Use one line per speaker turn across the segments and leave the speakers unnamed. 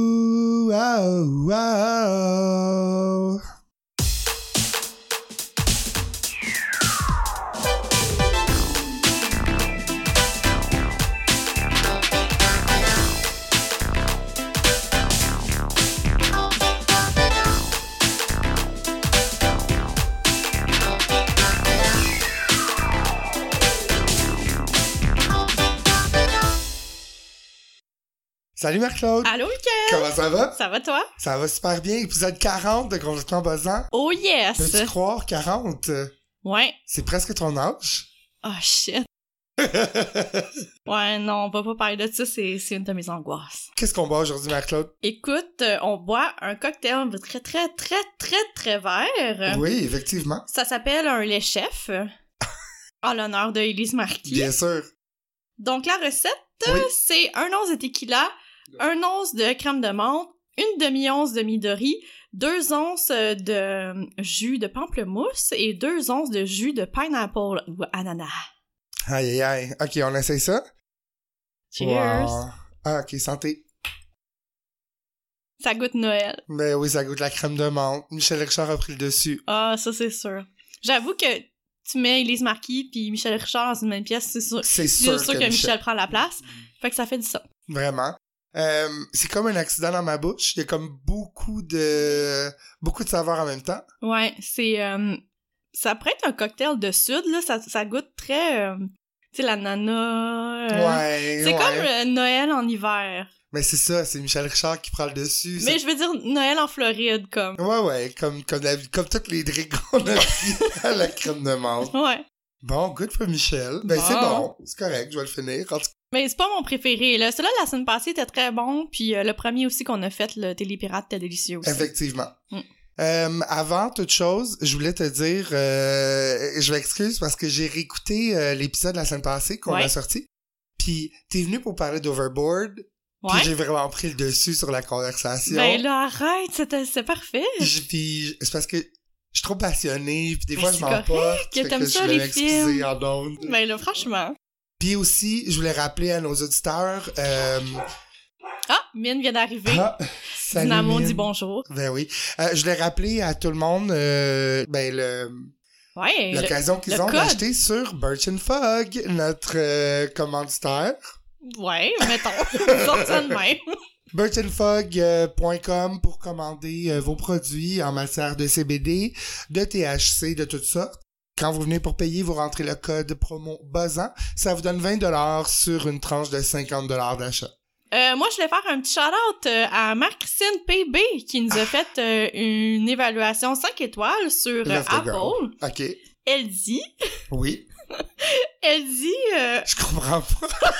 Ouh, waouh, waouh. Salut Marc-Claude!
Allô, Mickaël!
Comment ça va?
Ça va, toi?
Ça va super bien. Épisode 40 de Conjecture en buzzant.
Oh, yes!
Peux-tu croire 40?
Ouais.
C'est presque ton âge.
Oh, shit. Ouais, non, on va pas parler de ça, c'est c'est une de mes angoisses.
Qu'est-ce qu'on boit aujourd'hui, Marc-Claude?
Écoute, euh, on boit un cocktail très, très, très, très, très vert.
Oui, effectivement.
Ça s'appelle un lait chef, euh, en l'honneur de Élise Marquis.
Bien sûr.
Donc, la recette,
Oui.
c'est un once de tequila, un once de crème de menthe, une demi-once de midori, deux onces de euh, jus de pamplemousse et deux onces de jus de pineapple ou ananas.
Aïe, aïe, aïe. OK, on essaye ça?
Cheers!
Wow. Ah, OK, santé.
Ça goûte Noël.
Ben oui, ça goûte la crème de menthe. Michel Richard a pris le dessus.
Ah, ça, c'est sûr. J'avoue que tu mets Elise Marquis puis Michel Richard dans une même pièce, c'est sûr,
C'est
c'est
sûr,
sûr que, Michel... prend la place. Fait que ça fait du ça.
Vraiment. Euh, c'est comme un accident dans ma bouche. Il y a comme beaucoup de... Beaucoup de saveurs en même temps.
Ouais, c'est... euh, ça pourrait être un cocktail de sud, là. Ça, ça goûte très... euh, tu sais, l'ananas... euh,
ouais, ouais.
C'est comme euh, Noël en hiver.
Mais c'est ça, c'est Michel Richard qui prend le dessus.
Mais je veux dire Noël en Floride, comme.
Ouais, ouais, comme, comme, la- comme toutes les drinks qu'on a pris à la crème de menthe.
Ouais.
Bon, good for Michel. Ben,
Bon.
c'est bon. C'est correct, je vais le finir. En tout
Mais c'est pas mon préféré, là. Celui-là, la semaine passée, était très bon. Puis euh, le premier aussi qu'on a fait, le Télépirate, était délicieux aussi.
Effectivement.
Mm.
Euh, avant toute chose, je voulais te dire, euh, je m'excuse parce que j'ai réécouté euh, l'épisode de la semaine passée qu'on
Ouais.
a sorti. Puis t'es venu pour parler d'Overboard. Puis
Ouais.
j'ai vraiment pris le dessus sur la conversation.
Ben là, arrête, c'était- c'est parfait.
J- Puis c'est parce que je suis trop passionné. Puis des
Mais
fois je
Ben, c'est
m'en
correct
pas.
que t'aimes ça, les films.
en ondes.
Ben là, franchement.
Puis aussi, je voulais rappeler à nos auditeurs. Euh...
Ah, Mine vient d'arriver.
ah, salut,
Dinamo
Mine.
dit bonjour.
Ben oui. Euh, je l'ai rappelé à tout le monde, euh, ben le,
Ouais. le-
l'occasion qu'ils
le
ont
code.
d'acheter sur Birch and Fog, notre euh, commanditaire.
Ouais, mettons. Disons ça de même.
Birchandfog.com euh, pour commander euh, vos produits en matière de CBD, de THC, de toutes sortes. Quand vous venez pour payer, vous rentrez le code promo BUZZAN. Ça vous donne 20$ sur une tranche de 50$ d'achat.
Euh, moi, je voulais faire un petit shout-out euh, à Marc-Christine PB qui nous a fait euh, une évaluation 5 étoiles sur euh,
Love the
Apple.
OK.
Elle dit,
Oui.
elle dit, euh,
Je comprends pas.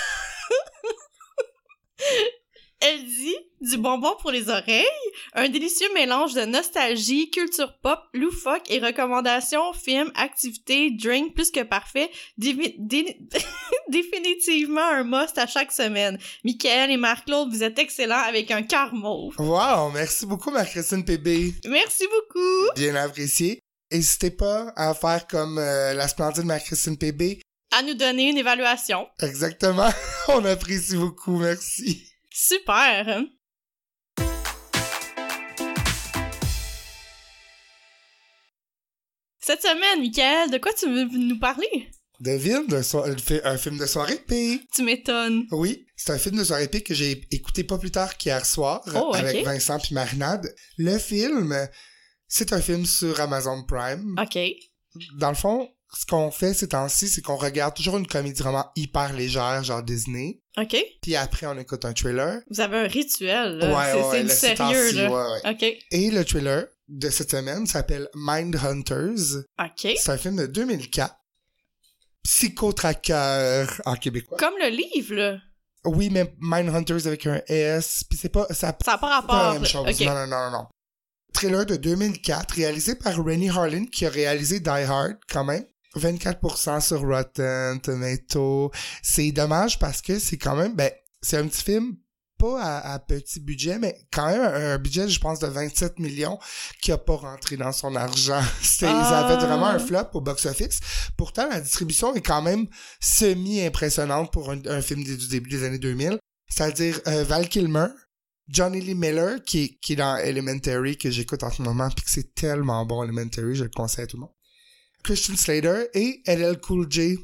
Elle dit du bonbon pour les oreilles, un délicieux mélange de nostalgie, culture pop, loufoque et recommandations, films, activités, drinks plus que parfait, dévi- dé- définitivement un must à chaque semaine. Michael et Marc-Claude, vous êtes excellents avec un cœur mauve.
Wow, merci beaucoup, ma Christine PB.
Merci beaucoup.
bien apprécié. N'hésitez pas à faire comme euh, la splendide ma Christine PB.
À nous donner une évaluation.
Exactement. On apprécie beaucoup. Merci.
Super. Cette semaine, Michael, de quoi tu veux nous parler?
Devine, le so- le fi- un film de soirée P.
Tu m'étonnes.
Oui, c'est un film de soirée P que j'ai écouté pas plus tard qu'hier soir
Oh, ok.
avec Vincent puis Marinade. Le film, c'est un film sur Amazon Prime.
OK.
Dans le fond, ce qu'on fait ces temps-ci, c'est qu'on regarde toujours une comédie roman hyper légère, genre Disney.
OK.
Puis après, on écoute un trailer.
Vous avez un rituel, là. c'est c'est du
là, ces
sérieux,
temps-ci,
là.
ouais, ouais.
OK.
Et le trailer de cette semaine s'appelle Mindhunters.
OK.
C'est un film de 2004. Psychotraqueur en québécois.
Comme le livre, là.
Oui, mais Mindhunters avec un S. Puis c'est pas. Ça,
Ça n'a pas
c'est pas la
rapport.
même
là.
chose.
OK.
Non, non, non, non, non. Trailer de 2004, réalisé par Rennie Harlin, qui a réalisé Die Hard, quand même. 24% sur Rotten Tomato. C'est dommage parce que c'est quand même, ben, c'est un petit film pas à, à petit budget, mais quand même un, un budget, je pense, de 27 millions qui a pas rentré dans son argent. C'est, Ça a fait
Ah.
vraiment un flop au box-office. Pourtant, la distribution est quand même semi-impressionnante pour un, un film du début des années 2000. C'est-à-dire euh, Val Kilmer, Johnny Lee Miller, qui, est- qui est dans Elementary, que j'écoute en ce moment, puis que c'est tellement bon, Elementary, je le conseille à tout le monde. Christian Slater et LL Cool J.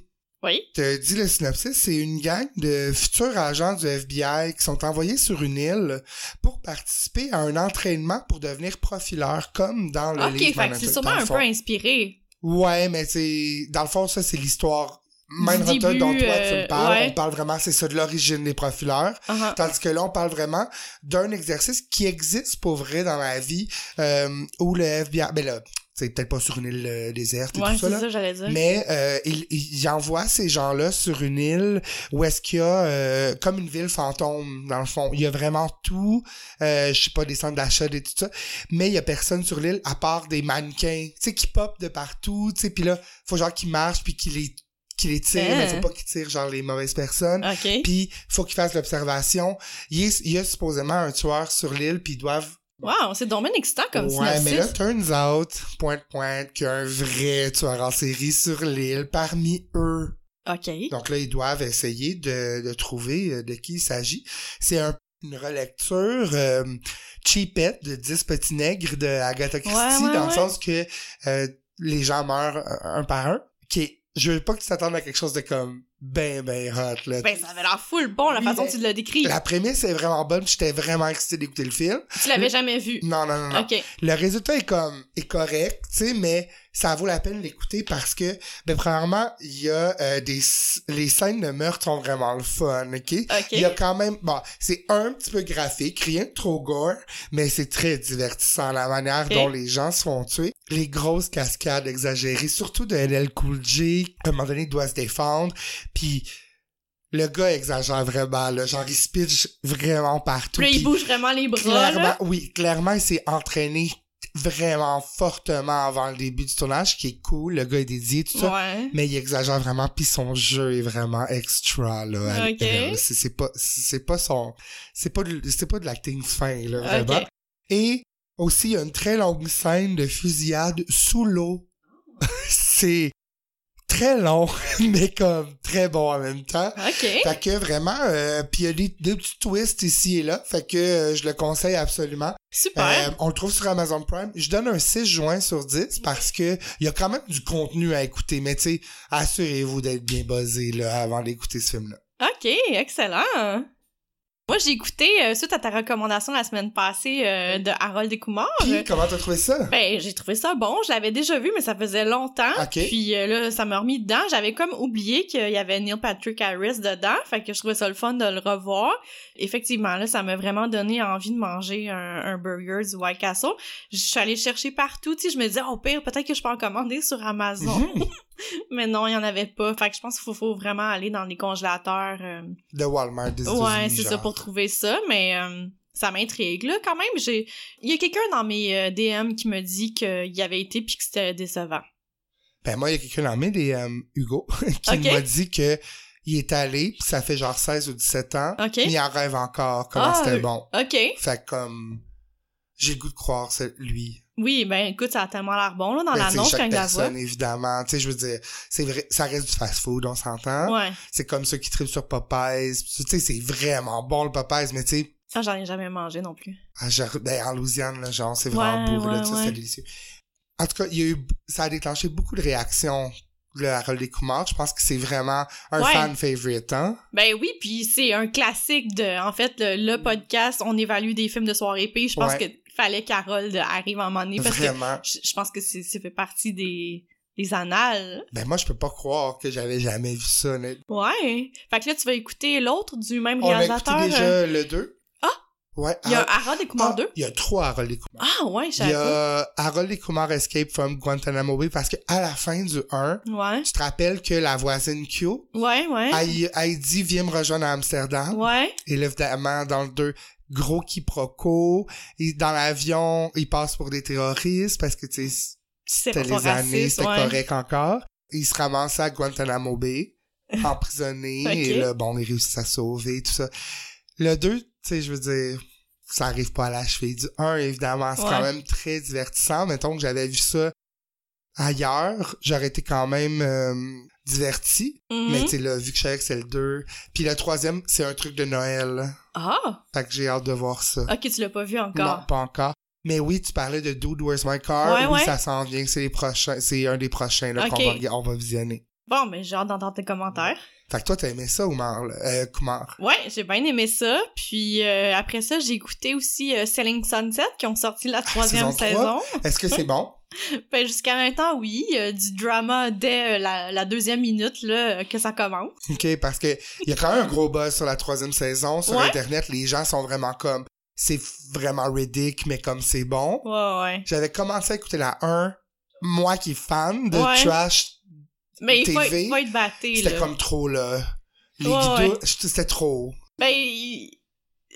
Oui.
Te dis le synopsis, c'est une gang de futurs agents du FBI qui sont envoyés sur une île pour participer à un entraînement pour devenir profileur, comme dans le
Ok,
livre
fait que
Manhunter,
c'est
dans
sûrement
le
un
fond.
peu inspiré.
Ouais, mais c'est dans le fond ça c'est l'histoire Mindhunter
début,
dont toi tu me
euh,
parles,
ouais.
on parle vraiment c'est ça de l'origine des profileurs,
Uh-huh.
tandis que là on parle vraiment d'un exercice qui existe pour vrai dans la vie euh, où le FBI ben là, c'est peut-être pas sur une île euh, déserte et
Ouais,
tout ça
c'est
là.
ça, j'allais dire.
Mais euh, il, il envoie ces gens-là sur une île où est-ce qu'il y a euh, comme une ville fantôme, dans le fond. Il y a vraiment tout, euh, je sais pas, des centres d'achat et tout ça, mais il y a personne sur l'île à part des mannequins, tu sais, qui pop de partout, tu sais, puis là, faut genre qu'ils marchent puis qu'ils les, qu'ils les tirent,
Hein?
mais faut pas qu'ils tirent genre les mauvaises personnes.
Ok.
Puis faut qu'ils fassent l'observation. Il, est- il y a supposément un tueur sur l'île, puis ils doivent
Wow, c'est dommage excitant comme
ouais, mais là,
synopsis.
turns out, pointe, pointe, qu'il y a un vrai tueur en série sur l'île parmi eux.
Ok.
Donc là, ils doivent essayer de, de trouver euh, de qui il s'agit. C'est un- une relecture euh, cheapette de 10 petits nègres de Agatha Christie,
Ouais, ouais,
dans le
ouais.
sens que euh, les gens meurent euh, un par un. Qui est- je veux pas que tu t'attendes à quelque chose de comme ben, ben hot, là.
Ben, ça avait l'air full bon la
Oui,
façon
mais-
dont tu l'as décrit.
La prémisse est vraiment bonne, puis j'étais vraiment excité d'écouter le film.
Tu l'avais jamais vu.
Non, non, non, non.
Ok.
Le résultat est comme est correct, tu sais, mais ça vaut la peine de l'écouter parce que, ben premièrement, il y a euh, des s- les scènes de meurtre sont vraiment le fun, ok.
Ok.
Il y a quand même bon, c'est un petit peu graphique, rien de trop gore, mais c'est très divertissant la manière
Ok.
dont les gens se font tuer, les grosses cascades exagérées, surtout de LL Cool J. À un moment donné, il doit se défendre, puis le gars exagère vraiment, là, genre il se pitche vraiment partout.
Puis là, il
puis-
bouge vraiment les bras.
Clairement,
Là.
oui, clairement, il s'est entraîné vraiment fortement avant le début du tournage, ce qui est cool. Le gars est dédié, tout ça.
Ouais.
Mais il exagère vraiment, puis son jeu est vraiment extra, là. à
Ok.
l'intérieur, là. C'est c'est pas, c'est pas son, c'est pas, de- c'est pas de l'acting fin, là,
Ok.
vraiment. Et aussi, il y a une très longue scène de fusillade sous l'eau. c'est très long, mais comme très bon en même temps.
Ok.
Fait que vraiment, euh, puis il y a des, des petits twists ici et là. Fait que euh, je le conseille absolument.
Super.
Euh, on le trouve sur Amazon Prime. Je donne un 6 juin sur 10 parce que il y a quand même du contenu à écouter. Mais tu sais, assurez-vous d'être bien buzzé là, avant d'écouter ce film-là.
Ok, excellent. Moi, j'ai écouté, euh, suite à ta recommandation la semaine passée euh, de Harold et Kumar.
Puis, comment t'as trouvé ça?
Ben, j'ai trouvé ça bon. Je l'avais déjà vu, mais ça faisait longtemps.
Ok.
Puis euh, là, ça m'a remis dedans. J'avais comme oublié qu'il y avait Neil Patrick Harris dedans. Fait que je trouvais ça le fun de le revoir. Effectivement, là, ça m'a vraiment donné envie de manger un, un burger du White Castle. Je suis allée chercher partout. Tu sais, je me disais, oh pire, peut-être que je peux en commander sur Amazon.
Mhm.
Mais non, il y en avait pas. Fait que je pense qu'il faut, faut vraiment aller dans les congélateurs. euh,
De Walmart, des
Ouais,
États-Unis,
c'est ça
genre.
pour trouver ça, mais euh, ça m'intrigue là quand même. J'ai il y a quelqu'un dans mes euh, DM qui me dit qu'il y avait été puis que c'était décevant.
Ben moi, il y a quelqu'un dans mes des euh, Hugo qui
Ok.
m'a dit que il est allé, puis ça fait genre 16 ou 17 ans.
OK.
mais Il en rêve encore, comment
Ah,
c'était
euh.
bon.
OK.
Fait que, comme j'ai le goût de croire c'est lui.
Oui, ben écoute, ça a tellement l'air bon là dans
Ben, tu sais,
l'annonce quand
chaque
il la voit.
personne, évidemment. Tu sais, je veux dire, c'est vrai, ça reste du fast-food, on s'entend.
Ouais,
C'est comme ceux qui tripent sur Popeyes. Tu sais, c'est vraiment bon, le Popeyes, mais tu sais,
ça j'en ai jamais mangé non plus.
à Jer- ben, en Louisiane, là, genre, c'est vraiment
Ouais,
bourré, là,
ouais,
tu sais,
ouais.
c'est délicieux. En tout cas, il y a eu, ça a déclenché beaucoup de réactions, le Harold et Kumar. Je pense que c'est vraiment un
Ouais.
fan favorite, hein.
Ben oui, puis c'est un classique de en fait le, le podcast on évalue des films de soirée puis je pense
Ouais.
que fallait qu'Harold arrive à un moment donné parce
Vraiment.
que je je pense que c'est ça fait partie des des annales.
Ben, moi, je peux pas croire que j'avais jamais vu ça. honnêtement.
Ouais. Fait que là tu vas écouter l'autre du même
On a
réalisateur.
écouté déjà
euh,
le 2.
Ah!
Ouais.
Il y a un
Harold-
Harold et Kumar
Ah,
2?
Il y a trois Harold et Kumar.
Ah ouais, je
Il y
savais pas.
a Harold et Kumar Escape from Guantanamo Bay parce que à la fin du 1,
Ouais.
tu te rappelles que la voisine Q,
Ouais, ouais.
Heidi dit viens me rejoindre à Amsterdam.
Hein? Ouais.
Et là, évidemment, dans le 2, gros quiproquo. Et dans l'avion, ils passent pour des terroristes parce que tu sais,
C'est
c'était
pas
les années,
raciste,
c'était
ouais.
correct encore. Et ils se ramassent à Guantanamo Bay, emprisonnés.
Ok.
Et là, bon, ils réussissent à se sauver, tout ça. Le 2, tu sais, je veux dire, ça arrive pas à la cheville du 1, évidemment. C'est
Ouais.
quand même très divertissant. Mettons que j'avais vu ça ailleurs, j'aurais été quand même euh, diverti.
Mhm.
Mais tu sais, là, vu que je savais que c'est le 2. Puis le troisième, c'est un truc de Noël.
Ah!
Fait que j'ai hâte de voir ça.
Ok, tu l'as pas vu
Non,
encore.
pas encore. Mais oui, tu parlais de Dude, Where's My Car?
Ouais,
oui,
ouais.
ça s'en vient. C'est les prochains, c'est un des prochains là,
Ok.
qu'on va, rega- on va visionner.
Bon, mais j'ai hâte d'entendre tes commentaires.
Fait que toi, t'as aimé ça, Oumar, là? Euh, Kumar.
Ouais, j'ai bien aimé ça. Puis euh, après ça, j'ai écouté aussi euh, Selling Sunset qui ont sorti la troisième
Ah, saison
saison.
trois. Est-ce que c'est bon?
Ben, jusqu'à un temps, oui. euh, du drama dès euh, la, la deuxième minute là, euh, que ça commence.
OK, parce que il y a quand même un gros buzz sur la troisième saison. Sur
Ouais.
Internet, les gens sont vraiment comme, c'est vraiment ridicule, mais comme c'est bon.
Ouais, ouais.
J'avais commencé à écouter la 1. Moi qui est fan de
Ouais.
trash,
Mais il faut,
TV,
être- faut être batté.
c'était
là.
comme trop, là. Les
Ouais,
vidéos, c'était trop.
Ben, il-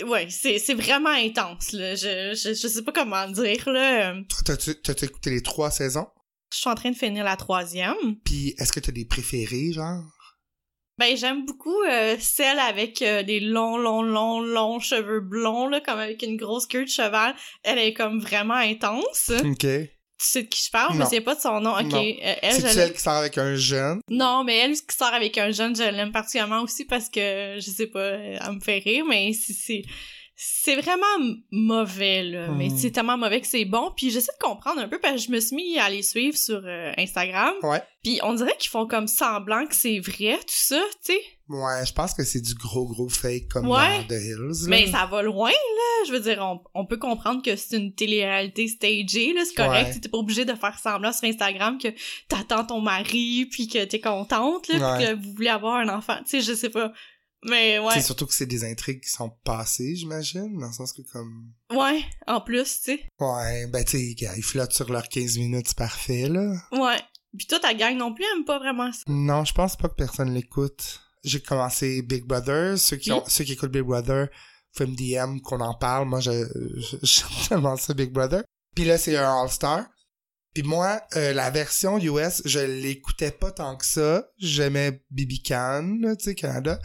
ouais, c'est c'est vraiment intense. Là. Je, je, je sais pas comment dire. Là. Euh,
Toi, t'as-tu t'as-tu écouté les trois saisons?
Je suis en train de finir la troisième.
Puis, est-ce que t'as des préférés, genre?
Ben, j'aime beaucoup euh, celle avec euh, les longs, longs, longs, longs cheveux blonds, là, comme avec une grosse queue de cheval. Elle est comme vraiment intense.
OK. C'est
Tu sais de qui je parle? Je me
Non.
souviens pas de son nom. Ok,
Non.
euh, elle, je l'aime.
celle qui sort avec un jeune.
Non, mais elle qui sort avec un jeune, je l'aime particulièrement aussi parce que, je sais pas, euh, elle me fait rire, mais c'est- c'est... C'est vraiment m- mauvais, là. Mais
Mm.
c'est tellement mauvais que c'est bon. Puis j'essaie de comprendre un peu parce que je me suis mis à les suivre sur euh, Instagram.
Ouais.
Puis on dirait qu'ils font comme semblant que c'est vrai, tout ça, tu sais.
Ouais, je pense que c'est du gros, gros fake comme
Ouais.
dans The Hills. là.
Mais ça va loin, là. Je veux dire, on, on peut comprendre que c'est une télé-réalité stagée, là. C'est correct.
Ouais.
T'es pas obligé de faire semblant sur Instagram que t'attends ton mari, puis que t'es contente, là, puis
Ouais.
que vous voulez avoir un enfant. Tu sais, je sais pas. Mais ouais.
C'est surtout que c'est des intrigues qui sont passées, j'imagine, dans le sens que comme...
Ouais. En plus, tu sais.
Ouais, ben tu sais, gars, ils flottent sur leurs 15 minutes, c'est parfait, là.
Ouais. Puis toi, ta gang non plus aime pas vraiment ça.
Non, je pense pas que personne l'écoute. J'ai commencé Big Brother. Ceux qui, ont, ceux qui écoutent Big Brother, vous me DM qu'on en parle. Moi, je- je- j'aime tellement ça, Big Brother. Puis là, c'est un All-Star. Puis moi, euh, la version US, je l'écoutais pas tant que ça. J'aimais Bibi Can, là, tu sais, Canada.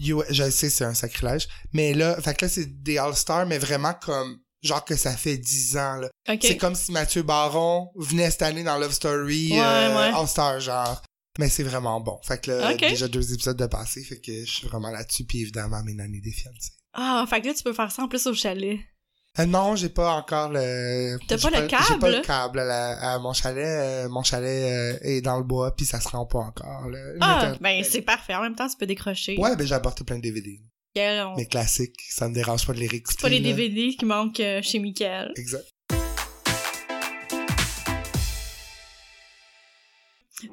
US, je sais, c'est un sacrilège. Mais là, fait que là, c'est des All-Stars, mais vraiment comme, genre que ça fait 10 ans, là.
Ok.
C'est comme si Mathieu Baron venait cette année dans Love Story
Ouais,
euh,
ouais.
All Star, genre. Mais c'est vraiment bon. Fait que là,
Ok.
déjà deux épisodes de passé, fait que je suis vraiment là-dessus, puis évidemment, mes nannies des fiancés.
Ah, fait que là, tu peux faire ça en plus au chalet.
Euh, non, j'ai pas encore le.
T'as
j'ai
pas le
J'ai pas
câble?
le câble. là, à mon chalet, euh, mon chalet euh, est dans le bois, puis ça se rend pas encore. là.
Ah,
J'étais-
ben c'est parfait. En même temps, tu peux décrocher.
Ouais, ben j'ai apporté plein de DVD.
Michael, on-
Mes classiques, ça me dérange pas de les réécouter.
C'est pas les
là.
DVD qui manquent euh, chez Michael.
Exact.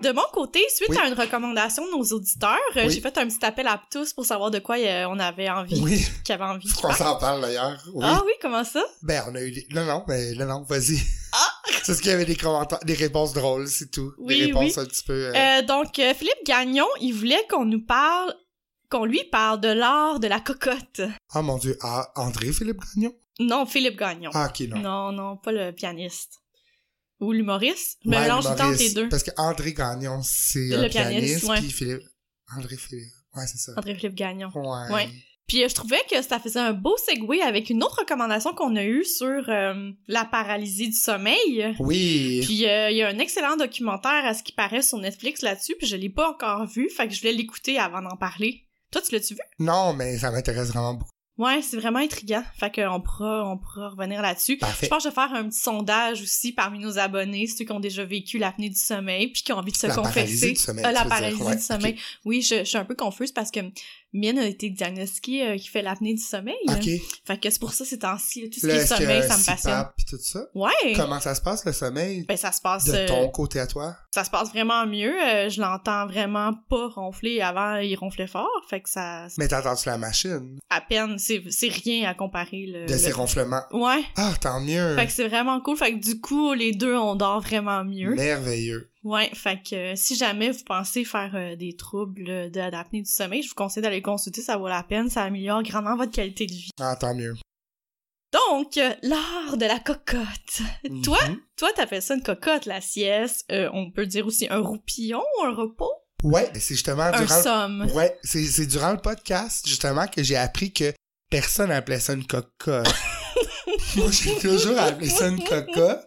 De mon côté, suite
Oui.
à une recommandation de nos auditeurs, euh,
Oui.
j'ai fait un petit appel à tous pour savoir de quoi euh, on avait envie,
Oui,
qui avait envie.
faut qu'on s'en parle d'ailleurs. Oui.
Ah oui, comment ça?
Ben, on a eu des... Non, non, mais non, non, vas-y. c'est ce qu'il y avait des commentaires, des réponses drôles, c'est tout.
Ah! Oui,
des réponses
oui.
un petit peu... euh,
Euh, donc, euh, Philippe Gagnon, il voulait qu'on nous parle, qu'on lui parle de l'art de la cocotte.
Oh mon Dieu, ah, André-Philippe Gagnon?
Non, Philippe Gagnon.
Ah, ok, non.
non, non, pas le pianiste. Ou l'humoriste. Je
Ouais,
mélange tout le temps
Maurice,
les deux.
Parce que André Gagnon, c'est
Le
un
pianiste,
pianiste,
ouais.
puis Philippe... André-Philippe, ouais, c'est ça.
André-Philippe Gagnon.
Ouais.
Ouais. Puis euh, je trouvais que ça faisait un beau segue avec une autre recommandation qu'on a eue sur euh, la paralysie du sommeil.
Oui,
Puis euh, il y a un excellent documentaire à ce qui paraît sur Netflix là-dessus, puis je l'ai pas encore vu, fait que je voulais l'écouter avant d'en parler. Toi, tu l'as-tu vu?
non, mais ça m'intéresse vraiment beaucoup.
Ouais, c'est vraiment intriguant. Fait qu'on pourra, on pourra revenir là-dessus. Je
Parfait.
pense que je vais faire un petit sondage aussi parmi nos abonnés, ceux qui ont déjà vécu l'apnée du sommeil, puis qui ont envie de se
La
confesser.
paralysie du sommeil,
Ah,
tu
la
veux dire,
paralysie
ouais,
du sommeil. Oui, je, je suis un peu confuse parce que Mine a été diagnostiquée euh, qui fait l'apnée du sommeil.
Ok.
Fait que c'est pour ça, ces temps-ci, tout ce qui
Là,
est
est-ce qu'il y a
sommeil,
un
ça me
CPAP,
passionne.
puis tout ça?
Ouais!
Comment ça se passe, le sommeil?
Ben, ça se passe...
De
euh,
ton côté à toi?
ça se passe vraiment mieux. euh, je l'entends vraiment pas ronfler. Avant, il ronflait fort. Fait que ça,
Mais t'entends-tu la machine?
à peine, c'est c'est rien à comparer. Le,
De
le-
ses ronflements.
Ouais.
Ah, tant mieux.
Fait que c'est vraiment cool. Fait que du coup, les deux, on dort vraiment mieux.
Merveilleux.
Ouais. Fait que euh, si jamais vous pensez faire euh, des troubles euh, de l'apnée du sommeil, je vous conseille d'aller le consulter. Ça vaut la peine. Ça améliore grandement votre qualité de vie.
Ah, tant mieux.
Donc, euh, l'art de la cocotte. Toi,
Mhm.
toi, t'appelles ça une cocotte, la sieste. Euh, on peut dire aussi un roupillon, un repos,
Ouais, c'est justement
un
durant
somme.
le... Ouais, c'est, c'est durant le podcast, justement, que j'ai appris que personne n'appelait ça une cocotte. Moi, j'ai toujours appelé ça une cocotte.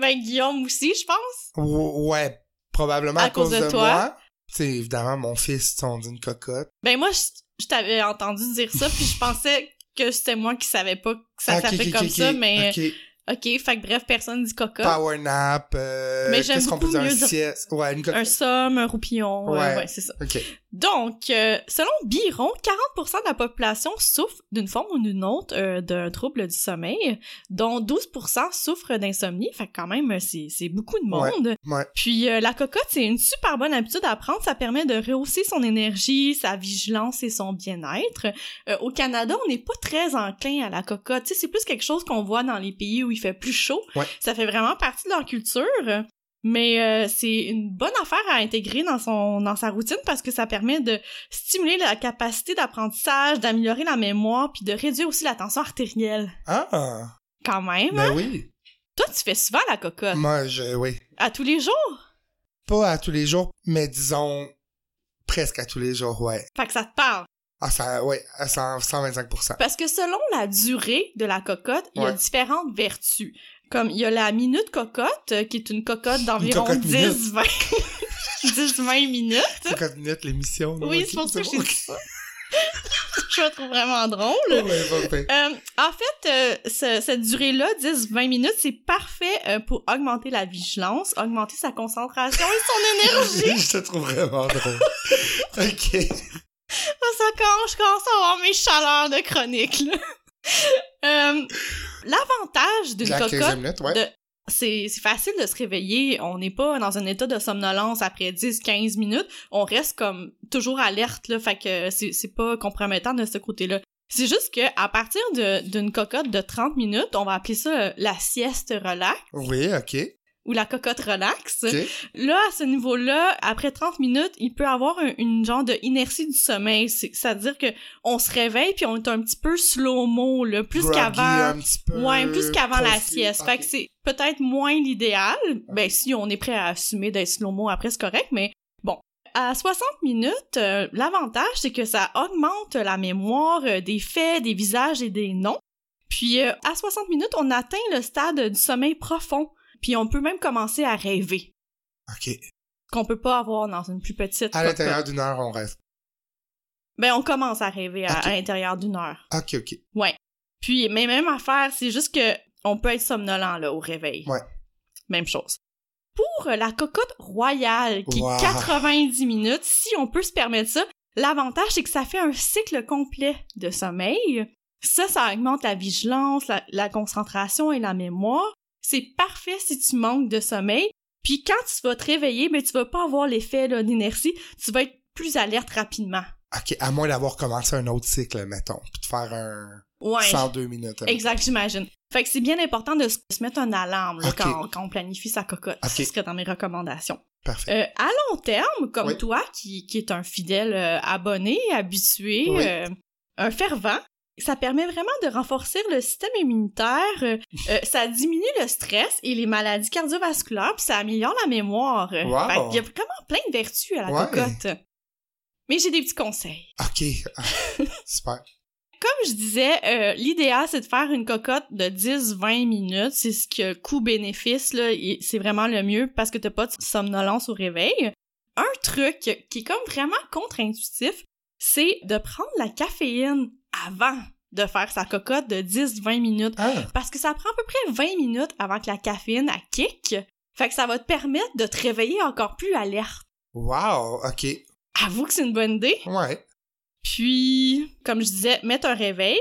Ben, Guillaume aussi, je pense.
Ou- ouais, probablement à,
À cause de toi.
moi. C'est évidemment mon fils, on dit une cocotte.
Ben moi, je, je t'avais entendu dire ça, puis je pensais que c'était moi qui savais pas que ça
Ok,
s'appelait
ok,
comme
ok,
ça,
ok,
mais
ok.
ok, fait que bref, personne dit coca.
Power nap, euh,
Mais j'aime
qu'est-ce qu'on peut
beaucoup
dire, un
mieux dire-
sieste. Ouais, une co-
Un somme, un roupillon, euh,
Ouais.
ouais c'est ça.
Ok.
Donc, euh, selon Biron, 40% de la population souffre d'une forme ou d'une autre euh, d'un trouble du sommeil, dont 12% souffrent d'insomnie. Fait que quand même, euh, c'est c'est beaucoup de
Ouais,
monde.
ouais.
Puis euh, la cocotte, c'est une super bonne habitude à prendre. Ça permet de rehausser son énergie, sa vigilance et son bien-être. Euh, au Canada, on n'est pas très enclin à la cocotte. Tu sais, c'est plus quelque chose qu'on voit dans les pays où il fait plus chaud.
Ouais.
Ça fait vraiment partie de leur culture. Mais euh, c'est une bonne affaire à intégrer dans son dans sa routine parce que ça permet de stimuler la capacité d'apprentissage, d'améliorer la mémoire, puis de réduire aussi la tension artérielle.
Ah,
Quand même. hein?
ben oui.
Toi, tu fais souvent la cocotte.
Moi, je, oui.
À tous les jours.
Pas à tous les jours, mais disons presque à tous les jours, ouais.
Fait que ça te parle.
Ah, ça, ouais, à 100 125%.
Parce que selon la durée de la cocotte, il y a
Ouais.
différentes vertus. Comme il y a la minute cocotte, euh, qui est une cocotte d'environ
cocotte
10, 20, 10, 20 minutes.
C'est 50 minutes l'émission. là,
Oui,
ok,
c'est pour ça que
bon.
j'ai dit ça. Je la trouve vraiment drôle.
Ouais, bon, ben,
Euh, en fait, euh, ce- cette durée-là, 10-20 minutes, c'est parfait euh, pour augmenter la vigilance, augmenter sa concentration et son énergie.
je te trouve vraiment drôle. ok.
Ah, ça commence, je commence à avoir mes chaleurs de chronique. là. Euh, L'avantage d'une
La 15
cocotte,
minutes, ouais.
de- c'est c'est facile de se réveiller. On n'est pas dans un état de somnolence après 10-15 minutes. On reste comme toujours alerte, là, fait que c'est c'est pas compromettant de ce côté-là. C'est juste que à partir de- d'une cocotte de 30 minutes, on va appeler ça euh, la sieste relax
Oui, ok.
ou la cocotte relax.
Ok.
Là, à ce niveau-là, après 30 minutes, il peut avoir un- une genre de inertie du sommeil. C'est- C'est-à-dire que on se réveille puis on est un petit peu slow-mo, là, plus
Groggy,
qu'avant.
un petit peu,
Ouais, plus qu'avant la
confus.
sieste. Fait que
Ok.
c'est peut-être moins l'idéal. Ben, si on est prêt à assumer d'être slow-mo après, c'est correct, mais bon. À 60 minutes, euh, l'avantage, c'est que ça augmente la mémoire euh, des faits, des visages et des noms. Puis, euh, à 60 minutes, on atteint le stade du sommeil profond. Puis, on peut même commencer à rêver
Ok.
qu'on peut pas avoir dans une plus petite.
À
cocotte.
l'intérieur d'une heure, on reste.
Ben, on commence à rêver à,
Ok.
à l'intérieur d'une heure.
Ok, ok.
Puis, mais même affaire, c'est juste que on peut être somnolent, là, au réveil.
Ouais.
Même chose. Pour euh, la cocotte royale, qui
Wow.
est 90 minutes, si on peut se permettre ça, l'avantage, c'est que ça fait un cycle complet de sommeil. Ça, ça augmente la vigilance, la, la concentration et la mémoire. C'est parfait si tu manques de sommeil. Puis quand tu vas te réveiller, mais tu vas pas avoir l'effet là, d'inertie. Tu vas être plus alerte rapidement.
Ok, à moins d'avoir commencé un autre cycle, mettons, puis de faire un
Ouais,
102 minutes. hein.
Exact, j'imagine. Fait que c'est bien important de se se mettre un alarme là,
Ok.
quand, quand on planifie sa cocotte.
Ok.
C'est ce que dans mes recommandations.
Parfait.
Euh, à long terme, comme
Oui.
toi, qui, qui est un fidèle euh, abonné, habitué,
Oui.
euh, un fervent, ça permet vraiment de renforcer le système immunitaire, euh, euh, ça diminue le stress et les maladies cardiovasculaires, puis ça améliore la mémoire.
Wow.
Il y a vraiment plein de vertus à la
Ouais.
cocotte. Mais j'ai des petits conseils
Ok. Ah, Super.
comme je disais, euh, l'idéal, c'est de faire une cocotte de 10-20 minutes. C'est ce que coût-bénéfice, là, et c'est vraiment le mieux parce que t'as pas de somnolence au réveil. Un truc qui est comme vraiment contre-intuitif, c'est de prendre la caféine avant de faire sa cocotte de 10-20 minutes.
Ah,
Parce que ça prend à peu près 20 minutes avant que la caféine a kick. Fait que ça va te permettre de te réveiller encore plus alerte.
wow, ok.
Avoue que c'est une bonne idée.
Ouais.
Puis, comme je disais, mettre un réveil.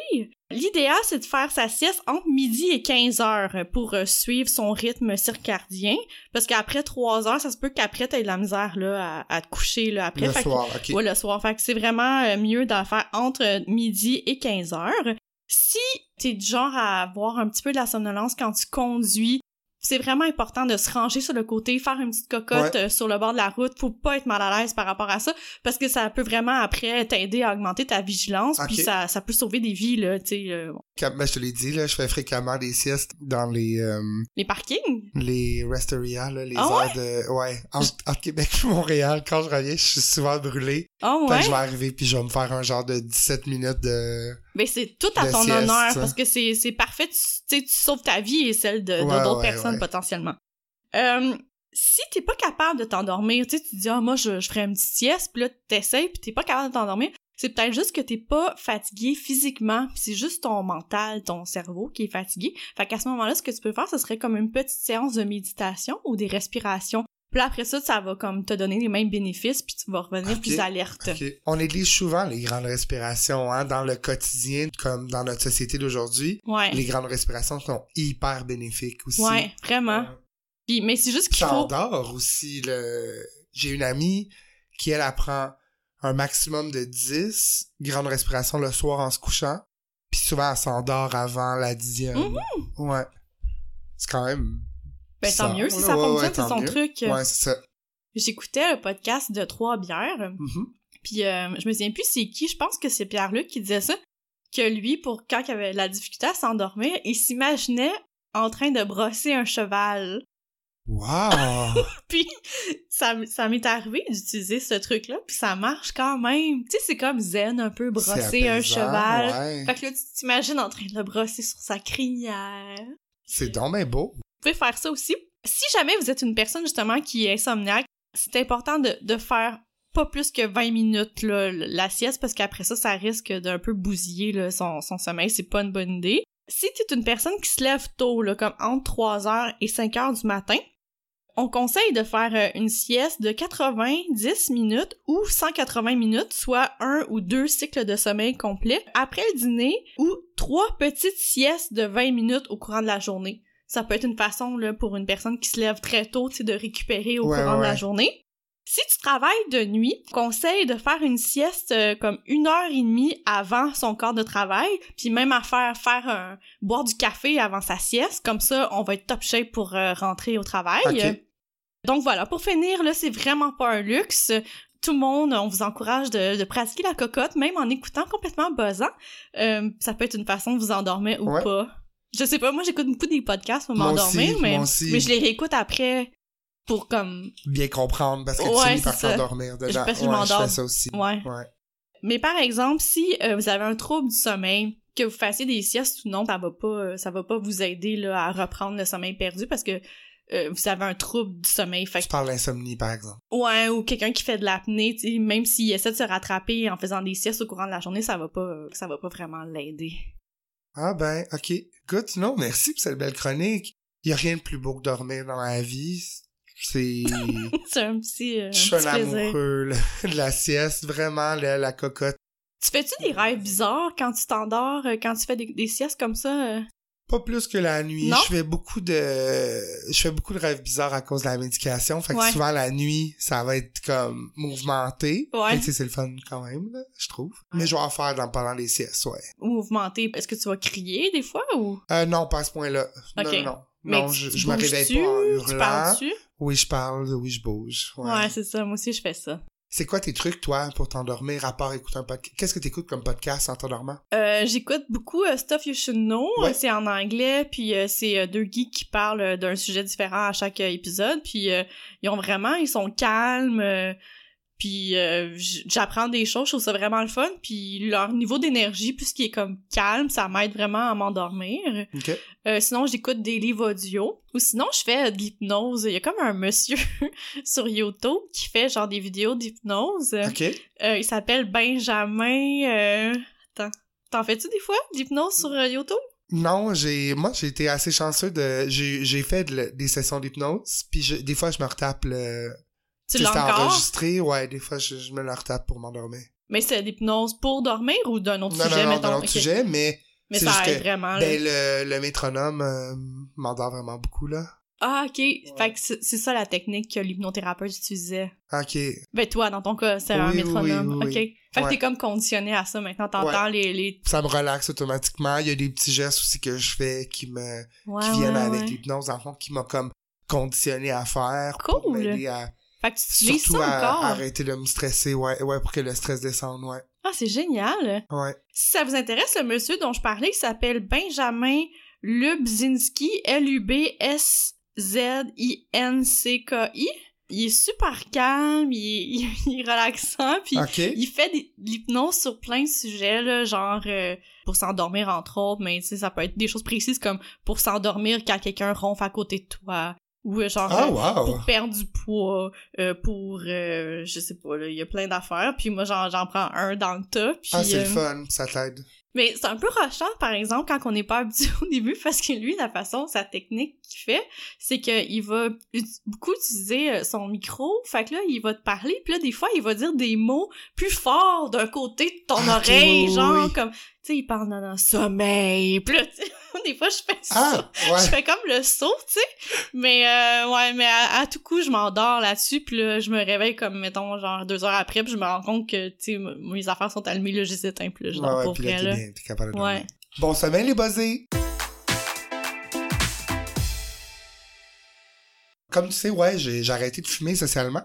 L'idéal, c'est de faire sa sieste entre midi et 15 heures euh, pour euh, suivre son rythme circadien. Parce qu'après 3 heures, ça se peut qu'après, t'aies de la misère là, à, à te coucher là, après.
Le
Fait que-
soir, ok.
Ouais, le soir. Fait que c'est vraiment euh, mieux d'en faire entre euh, midi et 15 heures. Si t'es du genre à avoir un petit peu de la somnolence quand tu conduis, c'est vraiment important de se ranger sur le côté, faire une petite cocotte euh, sur le bord de la route. Faut pas être mal à l'aise par rapport à ça, parce que ça peut vraiment après t'aider à augmenter ta vigilance,
Ok.
puis ça, ça peut sauver des vies, là, tu sais, euh,
Comme ben, je te l'ai dit, là, je fais fréquemment des siestes dans les euh,
les parkings.
les resteria, là, les
Ah
heures de. Ouais. Entre, entre Québec et Montréal, quand je reviens, je suis souvent brûlé.
Oh
Fait
ouais.
que je vais arriver puis je vais me faire un genre de 17 minutes de.
Ben c'est tout à
de
ton
sieste.
honneur parce que c'est c'est parfait, tu, tu sais, tu sauves ta vie et celle de de-
Ouais,
d'autres
ouais,
personnes
ouais.
potentiellement. Euh, si t'es pas capable de t'endormir, tu sais, tu dis ah moi je, je ferai une petite sieste, puis là t'essayes, puis t'es pas capable de t'endormir, C'est peut-être juste que t'es pas fatigué physiquement, pis c'est juste ton mental, ton cerveau qui est fatigué. Fait qu'à ce moment-là, ce que tu peux faire, ce serait comme une petite séance de méditation ou des respirations. Puis là, après ça, ça va comme te donner les mêmes bénéfices, puis tu vas revenir
Ok.
plus alerte.
Ok. On néglige souvent les grandes respirations hein, dans le quotidien, comme dans notre société d'aujourd'hui.
Ouais.
Les grandes respirations sont hyper bénéfiques aussi.
Ouais, vraiment.
Euh,
Puis, mais c'est juste qu'il
Ça
faut.
endort aussi. Le... J'ai une amie qui, elle, apprend un maximum de 10 grandes respirations le soir en se couchant. Puis souvent, elle s'endort avant la dixième.
Mhm.
Ouais. C'est quand même...
Ben, tant
ça.
mieux si
Ouais,
ça
ouais,
fonctionne,
ouais,
c'est
tant
son
mieux.
truc.
Ouais, c'est ça.
J'écoutais le podcast de Trois Bières.
Mhm.
Puis euh, je me souviens plus c'est qui, je pense que c'est Pierre-Luc qui disait ça, que lui, pour quand il avait de la difficulté à s'endormir, il s'imaginait en train de brosser un cheval.
Wow!
Puis ça, m- ça m'est arrivé d'utiliser ce truc-là, puis ça marche quand même. Tu sais, c'est comme zen un peu
C'est
brosser un
apaisant,
cheval.
ouais.
Fait que là, tu t'imagines en train de le brosser sur sa crinière.
C'est donc bien beau.
Vous pouvez faire ça aussi. Si jamais vous êtes une personne justement qui est insomniaque, c'est important de, de faire pas plus que 20 minutes là, la sieste parce qu'après ça, ça risque d'un peu bousiller là, son, son sommeil. C'est pas une bonne idée. Si tu es une personne qui se lève tôt, là, comme entre 3h et 5h du matin, on conseille de faire euh, une sieste de 90 minutes ou 180 minutes, soit un ou deux cycles de sommeil complets après le dîner ou trois petites siestes de 20 minutes au courant de la journée. Ça peut être une façon là, pour une personne qui se lève très tôt tu sais, de récupérer au
Ouais,
courant de la
ouais.
journée. Si tu travailles de nuit, conseille de faire une sieste euh, comme une heure et demie avant son corps de travail, puis même à faire faire un boire du café avant sa sieste, comme ça on va être top shape pour euh, rentrer au travail.
Ok.
Donc voilà, pour finir, là, c'est vraiment pas un luxe. Tout le monde, on vous encourage de, de pratiquer la cocotte, même en écoutant complètement buzzant. Euh, ça peut être une façon de vous endormir ou
Ouais.
pas. Je sais pas, moi j'écoute beaucoup des podcasts pour
Moi
m'endormir,
aussi,
mais,
moi aussi.
mais je les réécoute après pour comme...
Bien comprendre, parce que
Ouais,
tu finis par
c'est ça.
t'endormir dedans.
parce que je
ouais, je
m'endors.
fais ça aussi.
Ouais.
Ouais.
Mais par exemple, si euh, vous avez un trouble du sommeil, que vous fassiez des siestes ou non, ça va pas, euh, ça va pas vous aider là, à reprendre le sommeil perdu parce que euh, vous avez un trouble du sommeil. Fait
Tu parles d'insomnie, par exemple.
Ouais, ou quelqu'un qui fait de l'apnée, tu sais, même s'il essaie de se rattraper en faisant des siestes au courant de la journée, ça va pas, euh, ça va pas vraiment l'aider.
Ah ben, ok. Écoute, non, merci pour cette belle chronique. Il n'y a rien de plus beau que dormir dans la vie. C'est...
C'est un petit, euh, un
Je suis un
petit plaisir.
amoureux là, de la sieste, vraiment, là, la cocotte.
Tu fais-tu des rêves bizarres quand tu t'endors, euh, quand tu fais des, des siestes comme ça? euh?
Pas plus que la nuit.
Non?
Je fais beaucoup de... Je fais beaucoup de rêves bizarres à cause de la médication. Fait que
Ouais.
souvent, la nuit, ça va être comme mouvementé.
Ouais.
Mais tu sais, c'est le fun quand même, là, je trouve. Mais je vais en faire dans, pendant les siestes, ouais.
Mouvementé, est-ce que tu vas crier des fois ou?
Euh, non, pas à ce point-là. Non,
Ok.
Non, non.
Mais
non,
tu-
je,
tu
je me
bouges-tu?
réveille pas en
Tu
hurlant.
parles-tu?
Oui, je parle, oui, je bouge.
Ouais, c'est ça, moi aussi je fais ça.
C'est quoi tes trucs, toi, pour t'endormir, à part écouter un podcast? Qu'est-ce que t'écoutes comme podcast en t'endormant?
Euh, J'écoute beaucoup euh, Stuff You Should Know,
Ouais.
euh, c'est en anglais, puis euh, c'est euh, deux geeks qui parlent euh, d'un sujet différent à chaque euh, épisode, puis euh, ils ont vraiment, ils sont calmes, euh, puis euh, j- j'apprends des choses, je trouve ça vraiment le fun, puis leur niveau d'énergie, puisqu'il est comme calme, ça m'aide vraiment à m'endormir.
OK.
Euh, sinon, j'écoute des livres audio. Ou sinon, je fais euh, de l'hypnose. Il y a comme un monsieur sur YouTube qui fait genre des vidéos d'hypnose.
OK.
Euh, il s'appelle Benjamin. euh, Attends. T'en fais-tu des fois d'hypnose sur euh, YouTube?
Non, j'ai, moi, j'ai été assez chanceux de, j'ai, j'ai fait de- des sessions d'hypnose, puis je- des fois, je me retape le,
Tu
si
l'as
c'était
encore?
enregistré, ouais, des fois, je, je me le retape pour m'endormir.
Mais c'est de l'hypnose pour dormir ou d'un autre
Non,
sujet,
non, non,
mettons?
d'un autre
Ok. Ah
sujet, mais,
Mais
c'est
ça
juste
aide
que-
vraiment. là.
ben, le, le métronome, euh, m'endort vraiment beaucoup, là.
Ah, ok. Fait que c'est c'est ça la technique que l'hypnothérapeute utilisait.
OK.
Ben toi, dans ton cas, c'est un
Oui, oui,
métronome.
oui, oui.
ok. Fait que
Ouais.
t'es comme conditionné à ça maintenant. T'entends les... les...
Ça me relaxe automatiquement. Il y a des petits gestes aussi que je fais qui me,
Ouais,
qui viennent
ouais,
avec
ouais.
l'hypnose, en fond, qui m'a comme conditionné à faire. Pour
Cool.
m'aider à,
Fait que tu utilises
surtout
ça
à, à
encore.
arrêter de me stresser, ouais, ouais, pour que le stress descende, ouais.
Ah, c'est génial.
Ouais.
Si ça vous intéresse, le monsieur dont je parlais, il s'appelle Benjamin Lubzinski, L-U-B-S-Z-I-N-C-K-I. Il est super calme, il est, il est relaxant, puis
OK.
il fait des- de l'hypnose sur plein de sujets, là, genre euh, pour s'endormir entre autres, mais tu sais, ça peut être des choses précises comme pour s'endormir quand quelqu'un ronfle à côté de toi, ou euh, genre
Ah,
euh,
wow!
pour perdre du poids, euh, pour euh, je sais pas, là, il y a plein d'affaires. Puis moi j'en j'en prends un dans le tas. Puis,
Ah, c'est
euh,
le fun, ça t'aide.
mais c'est un peu rochant, par exemple, quand on n'est pas habitué au début, parce que lui, la façon, sa technique qu'il fait, c'est qu'il va ut- beaucoup utiliser euh, son micro. Fait que là, il va te parler, puis là, des fois, il va dire des mots plus forts d'un côté de ton
Ah, ok,
oreille,
oui, oui,
genre
oui.
comme, tu sais, il parle dans un sommeil. Puis là, tu sais, des fois, je fais ça.
Ah,
Je
ouais.
fais comme le saut, tu sais. Mais euh, ouais, mais à, à tout coup, je m'endors là-dessus, puis là, je me réveille comme, mettons, genre deux heures après, puis je me rends compte que, tu sais, m- mes affaires sont allumées, là, j'ai éteint, puis là, je dors
ouais,
pour
puis là,
vrai,
t'es
là.
bien, t'es capable de
Ouais.
dormir. Bon sommeil, les buzzés! Comme tu sais, ouais, j'ai j'ai arrêté de fumer socialement.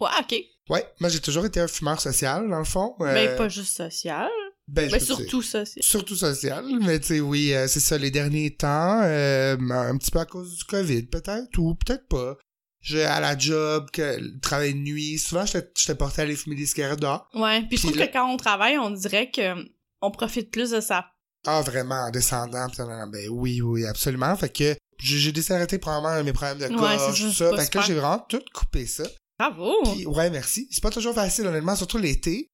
Ouais, ok.
Ouais, moi, j'ai toujours été un fumeur social, dans le fond. Euh,
Ben, pas juste social,
ben, je
mais
peux dire-
surtout social.
Surtout social, mais tu sais, oui, euh, c'est ça, les derniers temps, euh, un petit peu à cause du COVID, peut-être, ou peut-être pas. Je, à la job, que, le travail de nuit, souvent, j'étais j'étais porté à aller fumer des cigarettes dehors.
Ouais, puis,
Puis
je trouve
là-
que quand on travaille, on dirait que euh, on profite plus de sa...
Ah, vraiment, en descendant, pis nanana. ben oui, oui, absolument. Fait que j'ai j'ai décidé d'arrêter probablement mes problèmes de
Ouais,
gorge,
c'est ça,
tout
c'est
ça. Fait
pas
que là,
super.
j'ai vraiment tout coupé ça.
Bravo!
Puis, ouais, merci. C'est pas toujours facile, honnêtement, surtout l'été.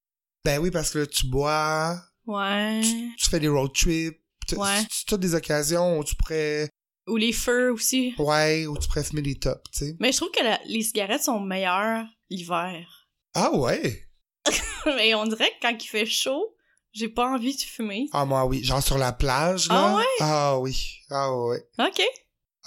Ben oui, parce que là, tu bois,
Ouais.
tu fais des road trips, tu
Ouais.
tu- tu as des occasions où tu pourrais,
Ou les feux aussi.
ouais, où tu pourrais fumer des tops, tu sais.
Mais je trouve que la- les cigarettes sont meilleures l'hiver.
Ah ouais?
Mais on dirait que quand il fait chaud, j'ai pas envie de fumer.
Ah moi oui, genre sur la plage là.
Ah ouais?
Ah oui. Ah ouais.
Ok.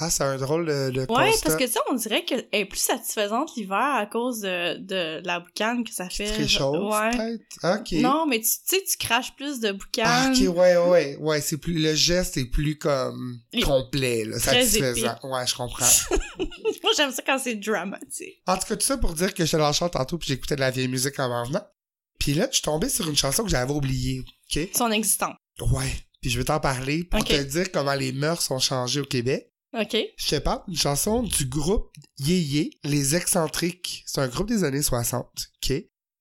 Ah c'est un drôle de, de
Ouais,
constat.
parce que ça, on dirait qu'elle est plus satisfaisante l'hiver à cause de, de la boucane que ça fait.
Très chaud,
Ouais.
peut-être. Ah, OK.
Non, mais tu tu sais, tu craches plus de
Ah,
boucane.
OK, ouais, ouais, ouais, c'est plus, le geste est plus comme
Il-
complet, là,
Très
satisfaisant. Ouais, je comprends.
Moi, j'aime ça quand c'est dramatique.
En tout cas, tout ça pour dire que j'étais dans le char tantôt puis j'écoutais de la vieille musique en m'en venant. Puis là, je suis tombé sur une chanson que j'avais oubliée. OK?
Son existant.
Ouais. Puis je vais t'en parler pour
Ok.
te dire comment les mœurs sont changées au Québec.
OK.
Je te parle d'une chanson du groupe Yéyé, Les Excentriques. C'est un groupe des années 60, OK?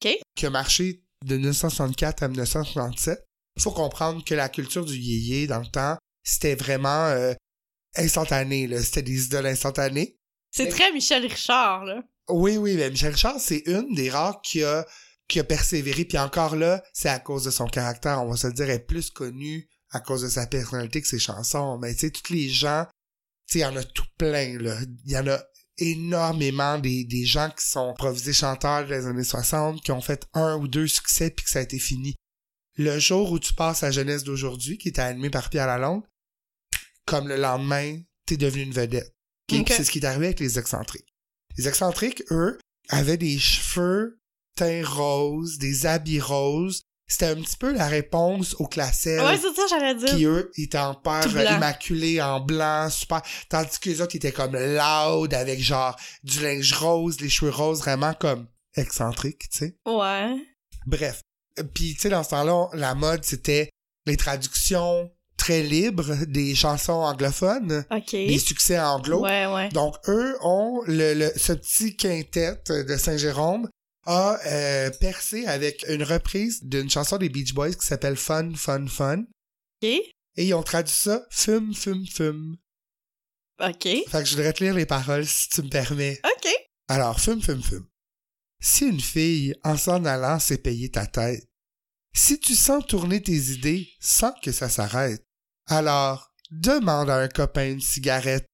OK.
Qui a marché de 1964 à 1967. Il faut comprendre que la culture du Yéyé, dans le temps, c'était vraiment euh, instantané, là. C'était des idoles instantanées.
C'est
Mais-
très Michel Richard, là.
Oui, oui, mais Michel Richard, c'est une des rares qui a, qui a persévéré. Puis encore là, c'est à cause de son caractère, on va se le dire, elle est plus connue à cause de sa personnalité que ses chansons. Mais tu sais, tous les gens, tu sais, il y en a tout plein, là. Il y en a énormément des, des gens qui sont improvisés chanteurs des années 60, qui ont fait un ou deux succès, puis que ça a été fini. Le jour où tu passes la jeunesse d'aujourd'hui, qui était animée par Pierre Lalonde, comme le lendemain, t'es devenu une vedette. Puis
Ok.
C'est ce qui est arrivé avec les excentriques. Les excentriques, eux, avaient des cheveux teints roses, des habits roses. C'était un petit peu la réponse aux classelles
Ah ouais, c'est ça, j'allais dire.
euh, qui, eux, étaient en père
Tout blanc.
immaculé, en blanc, super. Tandis que les autres étaient comme loud, avec genre du linge rose, les cheveux roses, vraiment comme excentriques, tu sais.
Ouais.
Bref. Puis, tu sais, dans ce temps-là, on- la mode, c'était les traductions très libres des chansons anglophones,
OK.
des succès anglo.
Ouais, ouais.
Donc, eux ont le, le- ce petit quintet de Saint-Jérôme a euh, percé avec une reprise d'une chanson des Beach Boys qui s'appelle Fun, Fun, Fun.
OK.
Et ils ont traduit ça fume, fume, fume.
OK.
Fait que je voudrais te lire les paroles si tu me permets.
OK.
Alors, fume, fume, fume. Si une fille, en s'en allant, s'est payée ta tête, si tu sens tourner tes idées sans que ça s'arrête, alors demande à un copain une cigarette.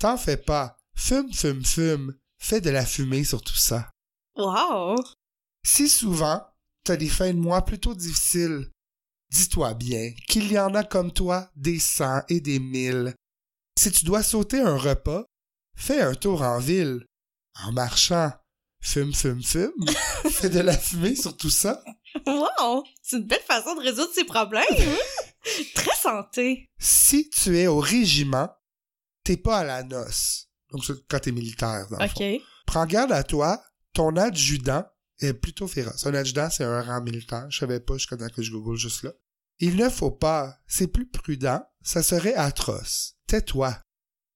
T'en fais pas, fume, fume, fume, fais de la fumée sur tout ça.
Wow.
Si souvent, t'as des fins de mois plutôt difficiles, dis-toi bien qu'il y en a comme toi des cents et des mille. Si tu dois sauter un repas, fais un tour en ville. En marchant, fume, fume, fume, fais de la fumée sur tout ça.
Wow. C'est une belle façon de résoudre ses problèmes. hein? très santé.
Si tu es au régiment, t'es pas à la noce. Donc, c'est quand t'es militaire, dans le fond.
OK.
Prends garde à toi, ton adjudant est plutôt féroce. Un adjudant, c'est un rang militaire. Je savais pas jusqu'à temps que je google juste là. Il ne faut pas, c'est plus prudent, ça serait atroce. Tais-toi.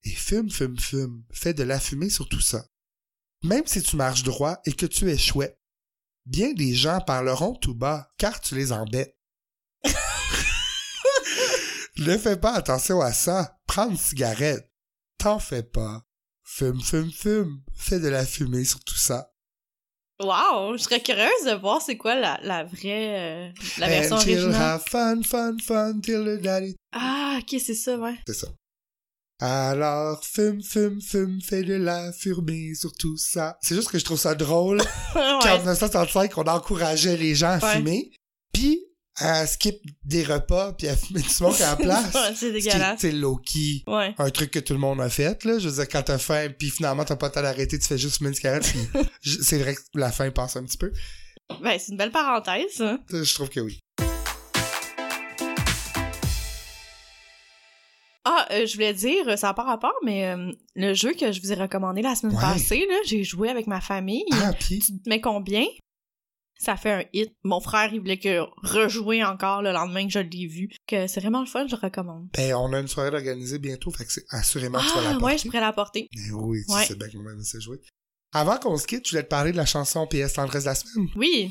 Et fume, fume, fume. Fais de la fumée sur tout ça. Même si tu marches droit et que tu es chouette, bien des gens parleront tout bas car tu les embêtes. ne fais pas attention à ça. Prends une cigarette. T'en fais pas. Fume, fume, fume. Fais de la fumée sur tout ça.
Wow, je serais curieuse de voir c'est quoi la, la vraie euh, la version
And she'll
originale.
have fun, fun, fun till the daddy.
Ah, ok, c'est ça, ouais.
C'est ça. Alors, fume, fume, fume, fais de la fumée sur tout ça. C'est juste que je trouve ça drôle qu'en
ouais.
1935, on encourageait les gens à
Ouais.
fumer, puis à skip des repas, puis à fumer du smoke à la place.
Ouais, c'est
Ce qui est,
dégueulasse.
tu sais, low-key.
Ouais.
Un truc que tout le monde a fait, là. Je veux dire, quand t'as faim, puis finalement, t'as pas le temps d'arrêter, tu fais juste fumer une cigarette, puis je- c'est vrai que la faim passe un petit peu.
Ben, c'est une belle parenthèse, hein. ça.
Ça, Je trouve que oui.
Ah, euh, je voulais dire, ça n'a pas rapport, mais euh, le jeu que je vous ai recommandé la semaine
Ouais.
passée, là, j'ai joué avec ma famille.
Ah, puis...
Tu te mets combien? Ça fait un hit. Mon frère, il voulait que rejouer encore le lendemain que je l'ai vu. Que c'est vraiment le fun, je le recommande.
Ben, on a une soirée organisée bientôt, fait que c'est assurément tu vas
Ah,
la
ouais, je pourrais l'apporter.
Mais oui, tu
Ouais.
sais bien que moi-même, c'est joué. Avant qu'on se quitte, je voulais te parler de la chanson PS Tendresse de la semaine.
Oui.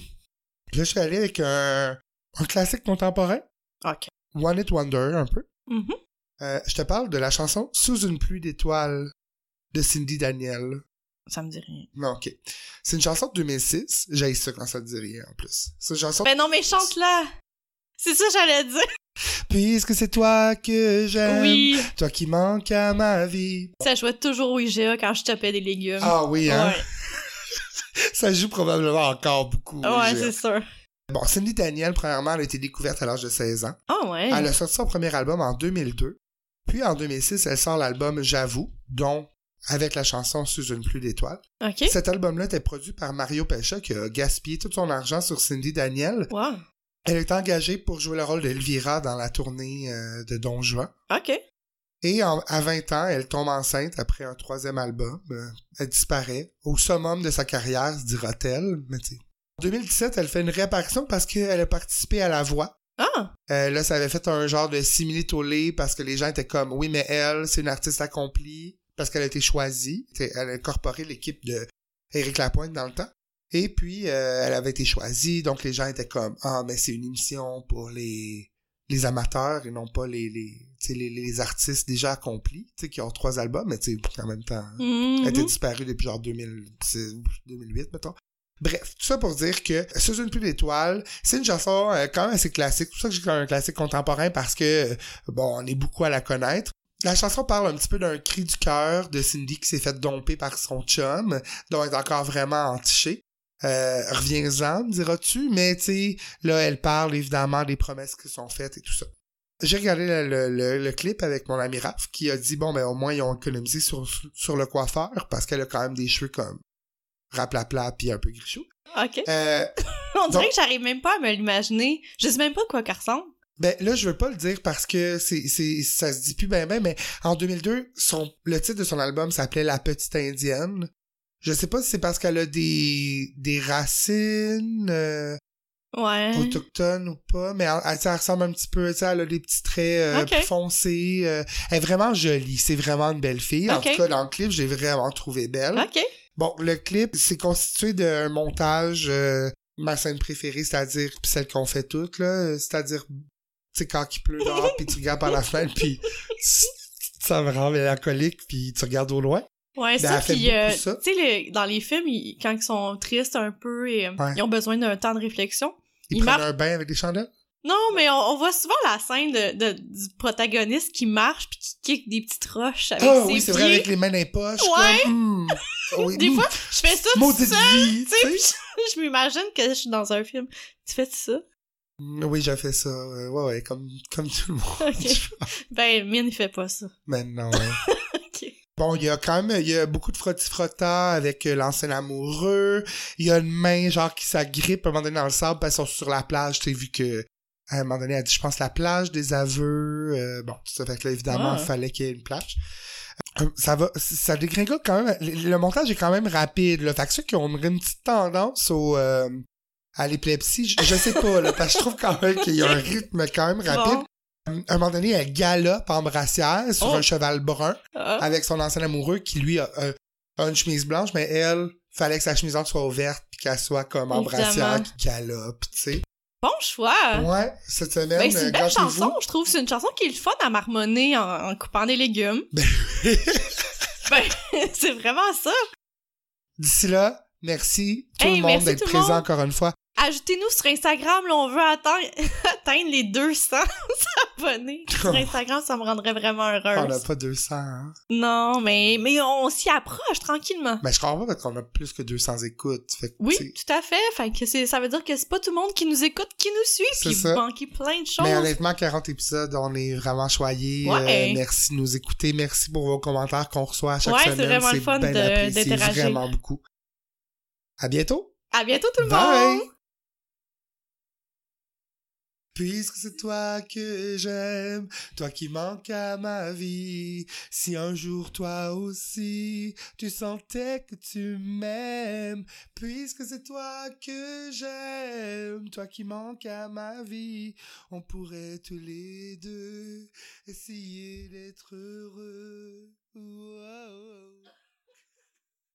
Puis Là, je suis allé avec un, un classique contemporain,
Ok.
One It Wonder, un peu.
Mhm.
Euh, je te parle de la chanson Sous une pluie d'étoiles de Cindy Daniel.
Ça me dit rien.
Non, ok. C'est une chanson de 2006. J'ai ça quand ça te dit rien, en plus. C'est une chanson.
Ben non, mais chante là! C'est ça que j'allais dire.
Puisque c'est toi que j'aime.
Oui.
Toi qui manques à ma vie.
Ça jouait toujours au IGA quand je tapais des légumes.
Ah oui, hein.
Euh, ouais,
Ça joue probablement encore beaucoup.
ouais
j'ai-
c'est sûr.
Bon, Cindy Daniel, premièrement, elle a été découverte à l'âge de 16 ans.
Ah ouais.
Elle a sorti son premier album en 2002. Puis en 2006, elle sort l'album J'avoue, dont avec la chanson Sous une pluie d'étoiles.
Ok.
Cet album-là était produit par Mario Pesha qui a gaspillé tout son argent sur Cindy Daniel.
Wow.
Elle est engagée pour jouer le rôle d'Elvira dans la tournée euh, de Don Juan.
Ok.
Et en- à 20 ans, elle tombe enceinte après un troisième album. Euh, elle disparaît. Au summum de sa carrière, se dira-t-elle. Mais tu sais. En 2017, elle fait une réapparition parce qu'elle a participé à La Voix.
Ah.
Euh, là, ça avait fait un genre de simili-tolé parce que les gens étaient comme, oui, mais elle, c'est une artiste accomplie parce qu'elle a été choisie. T'sais, Elle a incorporé l'équipe de Éric Lapointe dans le temps. Et puis, euh, elle avait été choisie, donc les gens étaient comme, ah, mais c'est une émission pour les, les amateurs et non pas les, les, t'sais, les, les artistes déjà accomplis, t'sais, qui ont trois albums, mais t'sais, en même temps, hein.
Mhm.
elle était disparue depuis genre 2006, 2008, mettons. Bref, tout ça pour dire que Sous une pluie d'étoiles, c'est une chanson euh, quand même assez classique. C'est pour ça que j'ai quand même un classique contemporain parce que, euh, bon, on est beaucoup à la connaître. La chanson parle un petit peu d'un cri du cœur de Cindy qui s'est faite domper par son chum, dont elle est encore vraiment entichée. Euh, reviens-en, me diras-tu, mais tu sais, là, elle parle évidemment des promesses qui sont faites et tout ça. J'ai regardé le, le- le- le clip avec mon ami Raph qui a dit bon ben au moins ils ont économisé sur, sur le coiffeur parce qu'elle a quand même des cheveux comme raplapla puis un peu grichou.
Ok.
Euh,
On dirait
Donc-
que j'arrive même pas à me l'imaginer. Je sais même pas de quoi qu'elle ressemble.
ben là je veux pas le dire parce que c'est c'est ça se dit plus ben ben mais en 2002 son le titre de son album s'appelait La petite indienne. Je sais pas si c'est parce qu'elle a des des racines euh,
Ouais.
autochtone ou pas, mais elle, elle- elle ressemble un petit peu, tu sais, elle a des petits traits euh,
Ok.
plus foncés. euh, elle est vraiment jolie, c'est vraiment une belle fille. En
Ok.
tout cas, dans le clip, j'ai vraiment trouvé belle.
Ok.
Bon, le clip, c'est constitué d'un montage, euh, ma scène préférée, c'est-à-dire puis celle qu'on fait toutes, là, euh, c'est-à-dire, tu sais, quand il pleut dehors, puis tu regardes par la fenêtre, puis tu- ça me rend mélancolique, puis tu regardes au loin.
Ouais,
Ben,
ça,
elle fait
puis,
beaucoup
euh, tu
ça.
sais, le- dans les films, ils- quand ils sont tristes un peu et euh,
Ouais.
ils ont besoin d'un temps de réflexion,
Ils
Il
prennent
marche-
un bain avec des chandelles.
Non, mais on, on voit souvent la scène de, de- du protagoniste qui marche puis qui kick des petites roches avec
Ah
ses
oui, c'est vrai,
pieds.
avec les mains dans les poches.
Ouais.
comme, hmm. Oui,
Des
hmm.
fois, je fais ça toute
Maudite
seule,
vie,
tu sais, puis je, je m'imagine que je suis dans un film. Tu fais ça?
Mm, Oui, j'ai fait ça. euh, Ouais, ouais, comme, comme tout le monde.
Ok. Ben, Mine, il fait pas ça.
Maintenant, ouais.
Ok.
Bon, il y a quand même il y a beaucoup de frotti-frotta avec euh, l'ancien amoureux. Il y a une main, genre, qui s'agrippe à un moment donné dans le sable parce qu'ils sont sur la plage. Tu sais, vu que, à un moment donné, elle dit, je pense, la plage des aveux. euh, bon, tout ça fait que là, évidemment,
Ah.
il fallait qu'il y ait une plage. Euh, Ça va, ça dégringole quand même. Le le montage est quand même rapide, là. Fait que ceux qui ont une petite tendance au, euh, à l'épilepsie, je, je sais pas, là, parce que je trouve quand même qu'il y a un rythme quand même rapide. Euh,
Bon.
À un moment donné, elle galope en brassière sur
Oh.
un cheval brun
Ah.
avec son ancien amoureux qui, lui, a, un- a une chemise blanche, mais elle, fallait que sa chemise blanche soit ouverte puis qu'elle soit comme en
Évidemment.
brassière qui galope, tu sais.
Bon choix!
Ouais, cette semaine,
Ah. Ben, c'est
euh,
une belle
gâchez-vous. Ben,
chanson, je trouve. C'est une chanson qui est le fun à marmonner en, en coupant des légumes. Ben, c'est vraiment ça.
D'ici là, merci tout
Hey,
le monde
merci
d'être
tout le
présent
monde.
encore une fois.
Ajoutez-nous sur Instagram, là, on veut atteindre, atteindre les 200 abonnés. Sur Instagram, ça me rendrait vraiment
On n'a
heureuse.
Oh. pas 200, hein?
non, mais, mais on s'y approche tranquillement.
Mais je crois pas parce qu'on a plus que 200 écoutes. Fait que,
Oui,
tu sais,
tout à fait. Fait que c'est- ça veut dire que c'est pas tout le monde qui nous écoute, qui nous suit,
C'est
puis
ça.
vous manquez plein de choses.
Mais honnêtement, 40 épisodes, on est vraiment choyés.
Ouais.
Euh, merci de nous écouter. Merci pour vos commentaires qu'on reçoit à chaque
Ouais, c'est
semaine.
vraiment le fun
bien
de-
apprécié,
d'interagir.
vraiment beaucoup. À bientôt.
À bientôt tout le
Bye.
monde!
Puisque c'est toi que j'aime, toi qui manques à ma vie, si un jour toi aussi tu sentais que tu m'aimes, puisque c'est toi que j'aime, toi qui manques à ma vie, on pourrait tous les deux essayer d'être heureux. Wow.